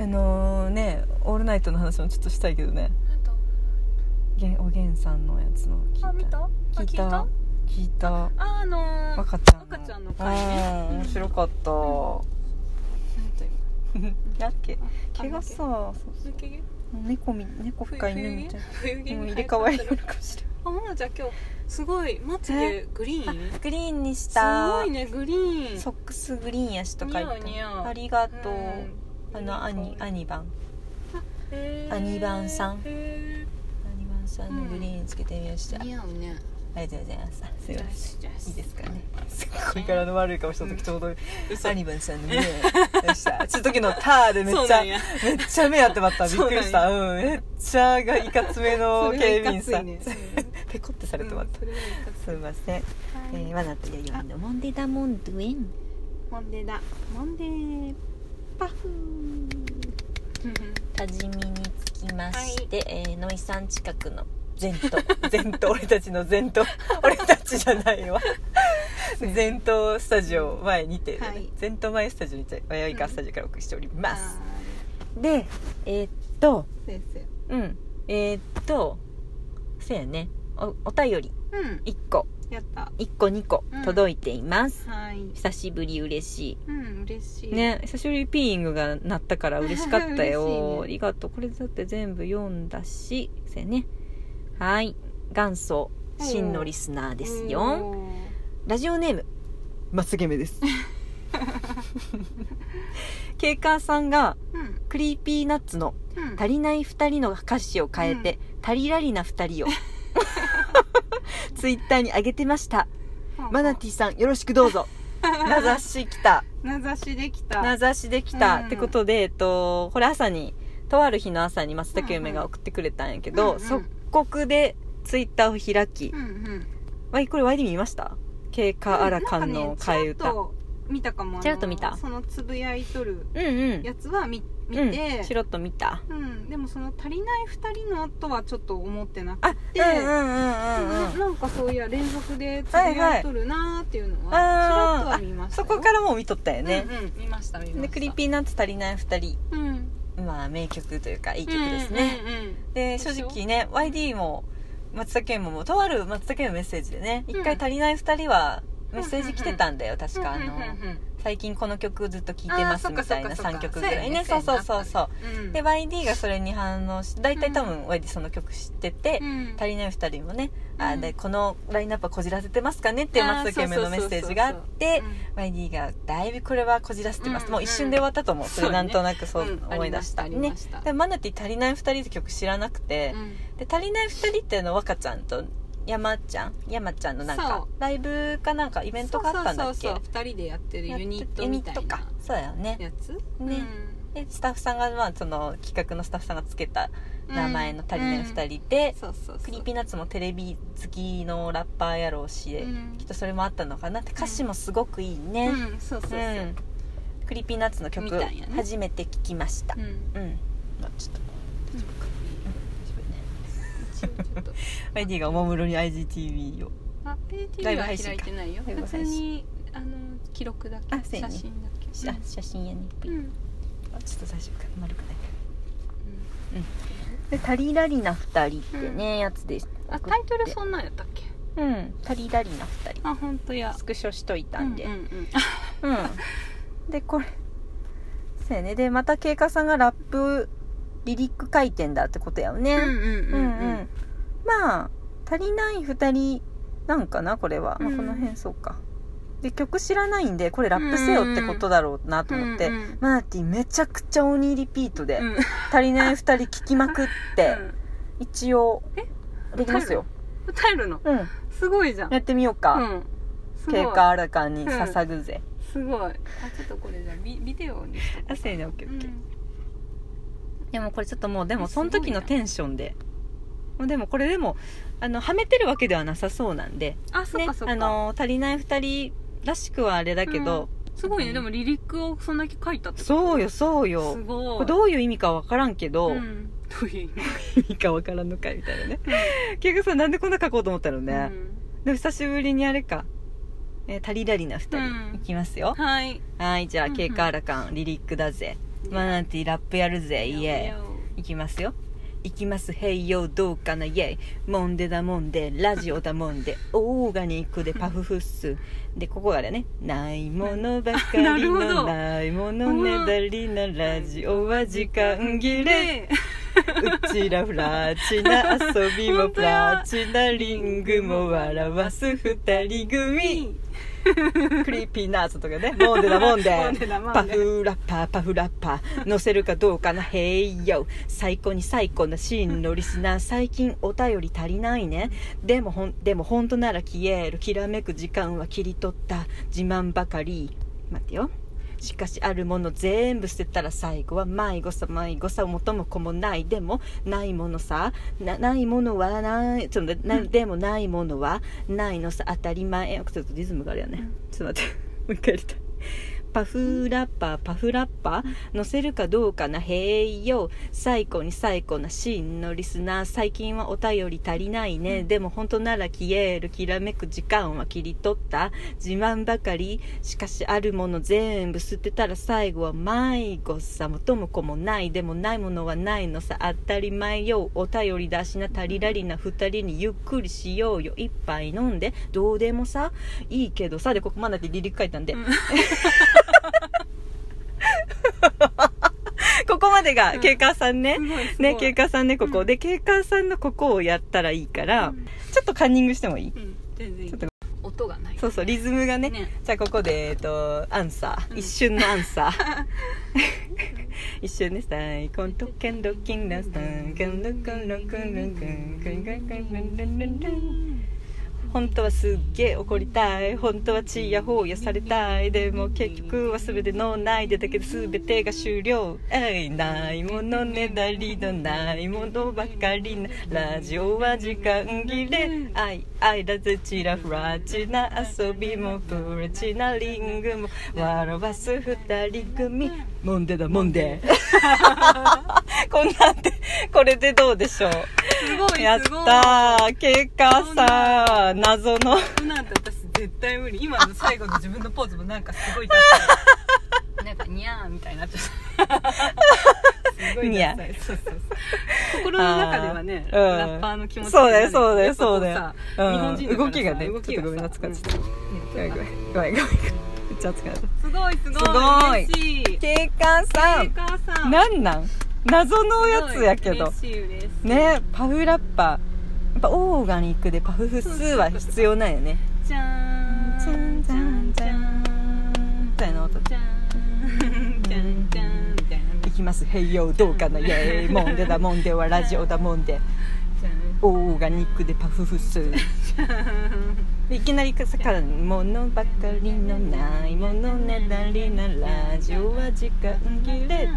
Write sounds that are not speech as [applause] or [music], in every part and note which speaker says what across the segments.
Speaker 1: あのーね「オールナイト」の話もちょっとしたいけどね
Speaker 2: なんと
Speaker 1: げんおげんさんのやつの
Speaker 2: あ見たあ
Speaker 1: 聞いた聞いた
Speaker 2: あのー、
Speaker 1: 赤ちゃんの
Speaker 2: 赤ちゃんの回ね
Speaker 1: うん面白かった、
Speaker 2: なんと
Speaker 1: だっけ
Speaker 2: 今
Speaker 1: 毛がさ
Speaker 2: 抜け毛
Speaker 1: 猫み猫か犬みたい
Speaker 2: 冬毛
Speaker 1: なもう
Speaker 2: に
Speaker 1: 入れ替わり
Speaker 2: 生
Speaker 1: なの
Speaker 2: え変わってる
Speaker 1: かもしれない
Speaker 2: あもなちゃん今日すごいまつげグリーン
Speaker 1: グリーンにし
Speaker 2: すご
Speaker 1: た
Speaker 2: いねグリーン
Speaker 1: ソックスグリーンやしとか言って
Speaker 2: 似合う似合う
Speaker 1: ありがとう、
Speaker 2: うん
Speaker 1: あの兄兄番
Speaker 2: へー
Speaker 1: アニバンさん
Speaker 2: へ
Speaker 1: 兄番さんのグリーンつけてみました、
Speaker 2: ー
Speaker 1: あ
Speaker 2: 似合うね
Speaker 1: りがとうございますあすいません
Speaker 2: じゃあ
Speaker 1: いいですか [laughs] ね。すっごい柄の悪い顔した時ちょうど [laughs]
Speaker 2: 嘘
Speaker 1: アニバンさんの目でした。ちょっと時のターでめっ
Speaker 2: そう
Speaker 1: ち
Speaker 2: な
Speaker 1: ゃ
Speaker 2: んや
Speaker 1: めっちゃ目合ってまった。びっくりした。
Speaker 2: そ
Speaker 1: うんめっちゃがいかつめ [laughs] の警備員さん。
Speaker 2: それはいかついね
Speaker 1: [laughs] ペコってされてまった。
Speaker 2: それはいかつい
Speaker 1: すいません。えー、わなとやよみのモンデダモンドゥエン。
Speaker 2: モンデだモン
Speaker 1: [laughs]
Speaker 2: デー
Speaker 1: パフー。多治見に着きまして、えー、野井さん近くの前頭前頭俺たちの前 [laughs] 頭俺たちじゃないわ前頭スタジオ前にて、
Speaker 2: はい
Speaker 1: 前頭前スタジオにて弥生川スタジオからお送りしております、でえーっと
Speaker 2: 先生
Speaker 1: うんえーっとそうやねおお便り
Speaker 2: うん
Speaker 1: 1個
Speaker 2: やった
Speaker 1: 1個2個
Speaker 2: うん
Speaker 1: 届いています、
Speaker 2: はい
Speaker 1: 久しぶり嬉しい
Speaker 2: うん嬉しい
Speaker 1: ね久しぶりにピーイングが鳴ったから嬉しかったよ、
Speaker 2: [laughs] 嬉しいね
Speaker 1: ありがとうこれだって全部読んだしせねはい元祖真のリスナーですよ
Speaker 2: おー
Speaker 1: ラジオネームまつげめです
Speaker 2: [laughs]
Speaker 1: ケイカーさんが
Speaker 2: うん
Speaker 1: クリーピーナッツの
Speaker 2: うん
Speaker 1: 「足りない二人」の歌詞を変えて「足りらりな二
Speaker 2: [laughs]
Speaker 1: 人」をツイッターに上げてましたマナティさんよろしくどうぞ名指しきた
Speaker 2: 名指しできた
Speaker 1: 名指しできた、
Speaker 2: うん
Speaker 1: ってことで、えっと、これ朝にとある日の朝に松竹梅が送ってくれたんやけ
Speaker 2: うんう
Speaker 1: ど、
Speaker 2: ん
Speaker 1: 即刻でツイッターを開き、
Speaker 2: うんうん
Speaker 1: わいこれ YD 見ました経過あらかんの替え
Speaker 2: な
Speaker 1: 歌、
Speaker 2: んかねちらっと見たかもあの
Speaker 1: ちらっと見た
Speaker 2: そのつぶやいとる
Speaker 1: うんうん
Speaker 2: やつは見見て、
Speaker 1: うん、チロッと見た
Speaker 2: うん、でもその足りない二人のとはちょっと思ってなく
Speaker 1: あ
Speaker 2: て、
Speaker 1: うんうんうんうん
Speaker 2: な
Speaker 1: うん
Speaker 2: なんかそういや連続でつぶやいとるなーっていうのはち
Speaker 1: はいはい
Speaker 2: らっとは見ました
Speaker 1: そ
Speaker 2: よ
Speaker 1: こからもう見とったよね
Speaker 2: う、んうん、見ました見ました
Speaker 1: でクリーピーナッツ足りない2人
Speaker 2: うん
Speaker 1: まあ名曲というかいい曲ですね、
Speaker 2: うんうんうん
Speaker 1: で正直ね YD も松田健ももうとある松田健のメッセージでね
Speaker 2: うん
Speaker 1: 一回足りない二人はメッセージ来てたんだよ、確かあの、
Speaker 2: うんうんうんうん
Speaker 1: 最近この曲ずっと聴いてます
Speaker 2: あーそっ
Speaker 1: み
Speaker 2: かそ
Speaker 1: た
Speaker 2: っ
Speaker 1: い
Speaker 2: か
Speaker 1: な
Speaker 2: そっか
Speaker 1: 3曲ぐらいね
Speaker 2: そ
Speaker 1: そうう
Speaker 2: やね
Speaker 1: そうそうそう
Speaker 2: うん
Speaker 1: で YD がそれに反応して大体多分 YD その曲知ってて、
Speaker 2: うん
Speaker 1: 足りない二人もね、あ
Speaker 2: うん
Speaker 1: でこのラインナップはこじらせてますかねっていう松田健のメッセージがあって、YD がだいぶこれはこじらせてます、
Speaker 2: うん
Speaker 1: もう一瞬で終わったと思うそれなんとなくそ
Speaker 2: そうね
Speaker 1: う思い出した,、
Speaker 2: うんありましたありました
Speaker 1: ねでマナティ足りない二人って曲知らなくて、
Speaker 2: うん
Speaker 1: で足りない2人っていうの若ちゃんと山ちゃん山ちゃんのなん
Speaker 2: そ
Speaker 1: かライブかなんかイベントがあったんだっけ
Speaker 2: そうそうそう2人でやってる
Speaker 1: やっ
Speaker 2: ユニット
Speaker 1: ユ
Speaker 2: み
Speaker 1: ニ
Speaker 2: た
Speaker 1: ッ
Speaker 2: い
Speaker 1: ト
Speaker 2: な
Speaker 1: かそうだよね
Speaker 2: やつ
Speaker 1: ねでスタッフさんが、まあ、その企画のスタッフさんがつけた
Speaker 2: うん
Speaker 1: 名前の「足りない2
Speaker 2: うん
Speaker 1: 人で」
Speaker 2: そうそうそう
Speaker 1: クリーピーナッツもテレビ好きのラッパーやろうしで、
Speaker 2: うん
Speaker 1: きっとそれもあったのかなって歌詞もすごくいいね、
Speaker 2: うんそうそうそう
Speaker 1: うんクリーピーナッツの曲、
Speaker 2: みたいやね
Speaker 1: 初めて聞きました
Speaker 2: う、ん
Speaker 1: うんまあちょっと自分ね
Speaker 2: 一応ちょっと
Speaker 1: ID がおもむろに IGTV を
Speaker 2: あ ATV
Speaker 1: ライブ
Speaker 2: は開
Speaker 1: 配
Speaker 2: い
Speaker 1: 信か
Speaker 2: てないよ
Speaker 1: ライブ
Speaker 2: 普通
Speaker 1: 配
Speaker 2: にあの記録だけ
Speaker 1: あそうや
Speaker 2: 写
Speaker 1: ね
Speaker 2: 真だけ
Speaker 1: あ写真やね
Speaker 2: うんうん
Speaker 1: あちょっと最初から丸くないで「タリラリナ2人」ってね、やつです
Speaker 2: あタイトル
Speaker 1: そ
Speaker 2: そんなんやったっけ
Speaker 1: うん「タリラリナ2人
Speaker 2: あ本当」や
Speaker 1: スクショしといたんで
Speaker 2: うんうんうんあ
Speaker 1: うん、でこれそうやねでまた経過さんがラップリリック回転だってことやよね、
Speaker 2: うんうん
Speaker 1: うん
Speaker 2: うん
Speaker 1: う
Speaker 2: う
Speaker 1: ん
Speaker 2: ん
Speaker 1: まあ足りない2人なんかなこれは、まあ
Speaker 2: うん
Speaker 1: この辺そうかで曲知らないんでこれラップせよってことだろうなと思って、
Speaker 2: うんうん
Speaker 1: マナティめちゃくちゃ鬼リピートで、
Speaker 2: うん
Speaker 1: 足りない2人聞きまくって、一応できますよ、
Speaker 2: うん歌えるの
Speaker 1: うん、
Speaker 2: すごいじゃん
Speaker 1: やってみようか、
Speaker 2: うんすごい
Speaker 1: 経過あらかに捧ぐぜ、
Speaker 2: すごいあちょっとこれじゃあビビデオにしとこ
Speaker 1: あせいねオッケ
Speaker 2: う
Speaker 1: ーオッケー
Speaker 2: うん
Speaker 1: でもこれちょっともうでも
Speaker 2: すご
Speaker 1: そ
Speaker 2: い
Speaker 1: の
Speaker 2: な
Speaker 1: 時のテンションでもうでもこれでもあのはめてるわけではなさそうなんで、
Speaker 2: あそっ
Speaker 1: ね
Speaker 2: かそっか
Speaker 1: あの足りない2人らしくはあれだけど、
Speaker 2: すごいね、
Speaker 1: うん
Speaker 2: でもリリックをそんだけ書いたってこと
Speaker 1: そうよそうよ
Speaker 2: すごい
Speaker 1: これどういう意味かわからんけど、
Speaker 2: うんどういう意味
Speaker 1: 意味かわからんのかいみたいなね結局さなんでこんな書こうと思ったのね、でも久しぶりにあれか「えー、タリラリな2人」
Speaker 2: うん
Speaker 1: いきますよ
Speaker 2: うん、はい
Speaker 1: はいじゃあ
Speaker 2: う
Speaker 1: 「
Speaker 2: ん
Speaker 1: ケイカーラカン」リリックだぜマナティーラップやるぜイエ
Speaker 2: よ
Speaker 1: ーイいきますよいきます「へいよどうかなイエイ」「もんでだもんでラジオだもんで
Speaker 2: [laughs]
Speaker 1: オーガニックでパフフッス」でここがあれね「ないものばかり
Speaker 2: [laughs] なるほ
Speaker 1: の
Speaker 2: ど
Speaker 1: ないものねだりなラジオは時間切れ」
Speaker 2: で
Speaker 1: うちらフラチな遊びもプラチなリングも笑わす二人組 [laughs] クリーピーナーズとかねもんでだもんで
Speaker 2: もんでだもんで
Speaker 1: パフラッパーパフラッパー乗せるかどうかな「へいよ」最高に最高なシーンのリスナー最近お便り足りないねでもほんでも本当なら消えるきらめく時間は切り取った自慢ばかり待ってよしかしあるもの全部捨てたら最後は迷子さ迷子さ元も子もないでもないものさなないものはないちょっと待ってなでもないものはないのさ当たり前ちょっとリズムがあれやね、
Speaker 2: うん
Speaker 1: ちょっと待って [laughs] もう一回やりたいパフラッパーパフラッパー乗せるかどうかなへいよ最高に最高なシーンのリスナー最近はお便り足りないね、でも本当なら消えるきらめく時間は切り取った自慢ばかりしかしあるもの全部捨てたら最後は迷子さもとも子もないでもないものはないのさ当たり前よお便り出しな足りらりな二人にゆっくりしようよ一杯飲んでどうでもさいいけどさでここまだって離陸書いたんで、
Speaker 2: うん
Speaker 1: ここまでが警官さんね、
Speaker 2: すごいすごい
Speaker 1: ね警官さんねここ、
Speaker 2: うん
Speaker 1: で警官さんのここをやったらいいから、
Speaker 2: うん
Speaker 1: ちょっとカンニングしてもいい
Speaker 2: うん全然いい
Speaker 1: ちょっと
Speaker 2: 音がない
Speaker 1: そうそうリズムがね
Speaker 2: ね
Speaker 1: じゃあここでえっとアンサー、
Speaker 2: うん
Speaker 1: 一瞬のアンサー一瞬で最高とケンドキンラスタンケンドコンロコンロコンコンコンコンコンコンコン本当はすっげえ怒りたい本当はちやほうやされたいでも結局は全て脳内でだけど全てが終了えいないものねだりのないものばかりなラジオは時間切れ愛愛だぜチラフラチな遊びもプラチなリングも笑わす二人組もんでだもんで [laughs] こんなんでこれでどうでしょう
Speaker 2: すごいすごい
Speaker 1: やったー結果さ謎の
Speaker 2: こんなんて私絶対無理今の最後の自分のポーズもなんかすごいダ
Speaker 1: [laughs]
Speaker 2: サいなんかニャーみたいになっちゃったすごいダサいそうそうそう心の中ではね、
Speaker 1: あーうん
Speaker 2: ラッパーの気持ち
Speaker 1: そうだよそうだよ
Speaker 2: やっぱこ
Speaker 1: そうだよ
Speaker 2: さ日本人だからさ
Speaker 1: 動きがね
Speaker 2: 動き
Speaker 1: ちょっとごめんな
Speaker 2: が
Speaker 1: さ
Speaker 2: さ
Speaker 1: い疲れちゃっ
Speaker 2: うん
Speaker 1: ごめんごめん
Speaker 2: す
Speaker 1: ごめんごめんめっちゃ熱くなった
Speaker 2: ごいすごい
Speaker 1: すごい
Speaker 2: 嬉しい
Speaker 1: 警官さ
Speaker 2: お
Speaker 1: ん
Speaker 2: 母さん
Speaker 1: なんなん謎のやつやけど
Speaker 2: 嬉しい嬉しい
Speaker 1: ねパフラッパやっぱオーガニックでパフフスは必要ないよね
Speaker 2: じゃーん
Speaker 1: じゃんじゃんじゃ
Speaker 2: ん
Speaker 1: みたいな音
Speaker 2: じゃんじゃんじゃんみたいなね
Speaker 1: いきます「へいよどうかなイェイ」「もんでだもんではラジオだもんで
Speaker 2: じゃん
Speaker 1: オーガニックでパフフス」
Speaker 2: じゃん
Speaker 1: でいきなりさから「ものばかりのないものねだりなラジオは時間切れ」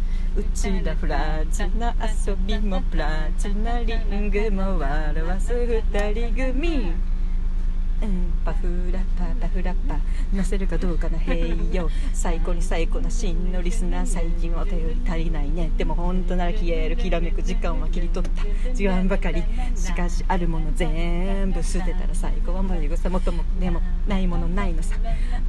Speaker 1: 「うちらフラチな遊びもプラチなリングも笑わす二人組」うん、パフラッパパフラッパ乗せるかどうかな「へいよ」「最高に最高な真のリスナー最近はお便り足りないね」「でも本当なら消えるきらめく時間は切り取った」「時間ばかり」「しかしあるもの全部捨てたら最後は迷子さもともでもないものないのさ」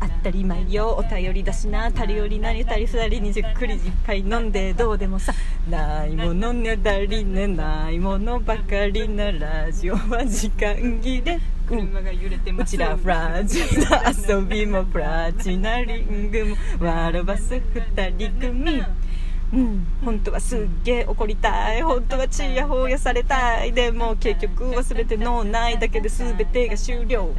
Speaker 1: 当たり前よお便りだしな足りよりなりたり二人にじっくりじっかい飲んでどうでもさないものねだりねないものばかりなラジオは時間切れうん
Speaker 2: 車が揺れて
Speaker 1: う
Speaker 2: ます
Speaker 1: ちらフラチな遊びもプラチナリングも笑わす二人組うん、本当はすっげえ怒りたい本当はちやほやされたいでも結局は全て脳内だけで全てが終了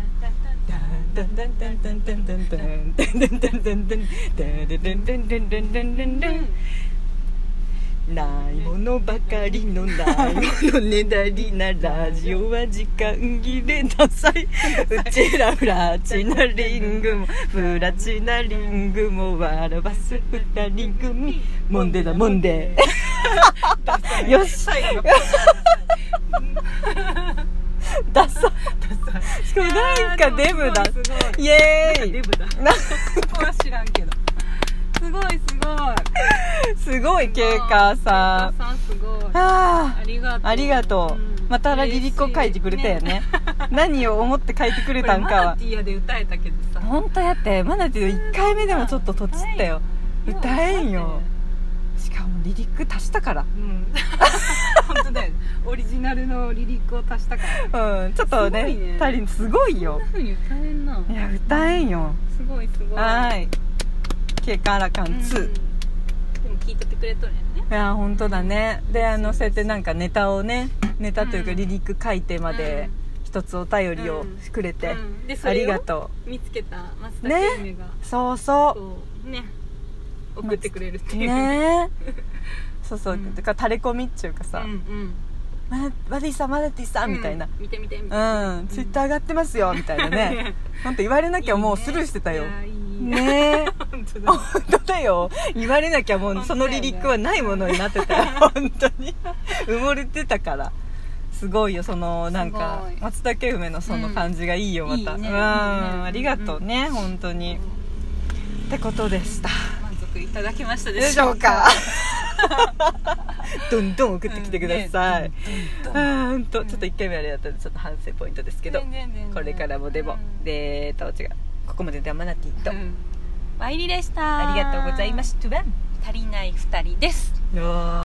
Speaker 1: ないものばかりのないものねだりなラジオは時間切れなさいうちらフラチナリングもフラチナリングも笑わす二人組もんでだもんでよし
Speaker 2: 最後の
Speaker 1: ダサ
Speaker 2: ダサい
Speaker 1: しかもなんかデブだ
Speaker 2: いやーでもすごいすごい
Speaker 1: イエーイ
Speaker 2: デブだ
Speaker 1: な
Speaker 2: そこは知らんけどすごいすご
Speaker 1: すごい
Speaker 2: い
Speaker 1: ケイカーさん
Speaker 2: ケイカーさんすごい
Speaker 1: あ
Speaker 2: ありがとう
Speaker 1: あありがとう、
Speaker 2: うん
Speaker 1: またラリリコ書いてくれたよね何を思って書いてくれ
Speaker 2: これ
Speaker 1: たん
Speaker 2: マ
Speaker 1: か
Speaker 2: ナ
Speaker 1: は
Speaker 2: ティーやで歌えたけどさ
Speaker 1: 本当やってマナティーの1回目でもちょっととちったよ歌えんよリリック足したから
Speaker 2: うん [laughs] 本当だよねオリジナルのリリックを足した
Speaker 1: [laughs]
Speaker 2: から
Speaker 1: うんちょっとね
Speaker 2: すごいね
Speaker 1: 足りんすごい
Speaker 2: こん
Speaker 1: よ
Speaker 2: な風に歌えんない
Speaker 1: や歌えんよ
Speaker 2: すごいすごい
Speaker 1: はーい経過ラカン2、
Speaker 2: うんでも聞いとってくれとるんやね
Speaker 1: いや本当だねであのそうやってなんかネタをねネタというか
Speaker 2: うん
Speaker 1: リリック書いてまで一つお便りを
Speaker 2: うん
Speaker 1: くれて、
Speaker 2: うんでそ
Speaker 1: あり
Speaker 2: れ
Speaker 1: が
Speaker 2: を
Speaker 1: と
Speaker 2: 見つけた松田
Speaker 1: ね
Speaker 2: ゆめが
Speaker 1: うそうそ
Speaker 2: こうね送ってくれるって
Speaker 1: う
Speaker 2: いう
Speaker 1: ねえそうそう、
Speaker 2: うん
Speaker 1: だから垂れ込みっちゅうかさ
Speaker 2: うんうん
Speaker 1: 「ママディさんマディさん」みたいな
Speaker 2: うん見て見てみ
Speaker 1: 「
Speaker 2: たいな
Speaker 1: うん、ツイッター上がってますよ」みたいなね
Speaker 2: [laughs]
Speaker 1: 本当言われなきゃもうスルーしてたよ
Speaker 2: いやいいね
Speaker 1: ねえ
Speaker 2: 本当だ
Speaker 1: 本当だよ言われなきゃもう
Speaker 2: 本
Speaker 1: そ
Speaker 2: 当だ
Speaker 1: の
Speaker 2: よ
Speaker 1: リ
Speaker 2: ね
Speaker 1: リックはないものになってたよ
Speaker 2: [laughs]
Speaker 1: 本当に埋もれてたからすごいよそのなんか
Speaker 2: すごい
Speaker 1: 松茸梅のその感じがいいよ
Speaker 2: うん
Speaker 1: また、
Speaker 2: いいね
Speaker 1: うん
Speaker 2: いいね
Speaker 1: ありがとうね、本当に、ってことでした
Speaker 2: 満足いただけましたで
Speaker 1: でし
Speaker 2: しょ
Speaker 1: ょ
Speaker 2: う
Speaker 1: う
Speaker 2: か
Speaker 1: か [laughs] どんどん送ってきてください、
Speaker 2: うんね
Speaker 1: あーほんとちょっと1回目あれだったんでちょっと反省ポイントですけど、
Speaker 2: 全然全然
Speaker 1: これからもでも、
Speaker 2: うん
Speaker 1: でえっと違うここまでではマナティと、
Speaker 2: うんワイリでした
Speaker 1: ありがとうございました
Speaker 2: 足りない二人です
Speaker 1: うわー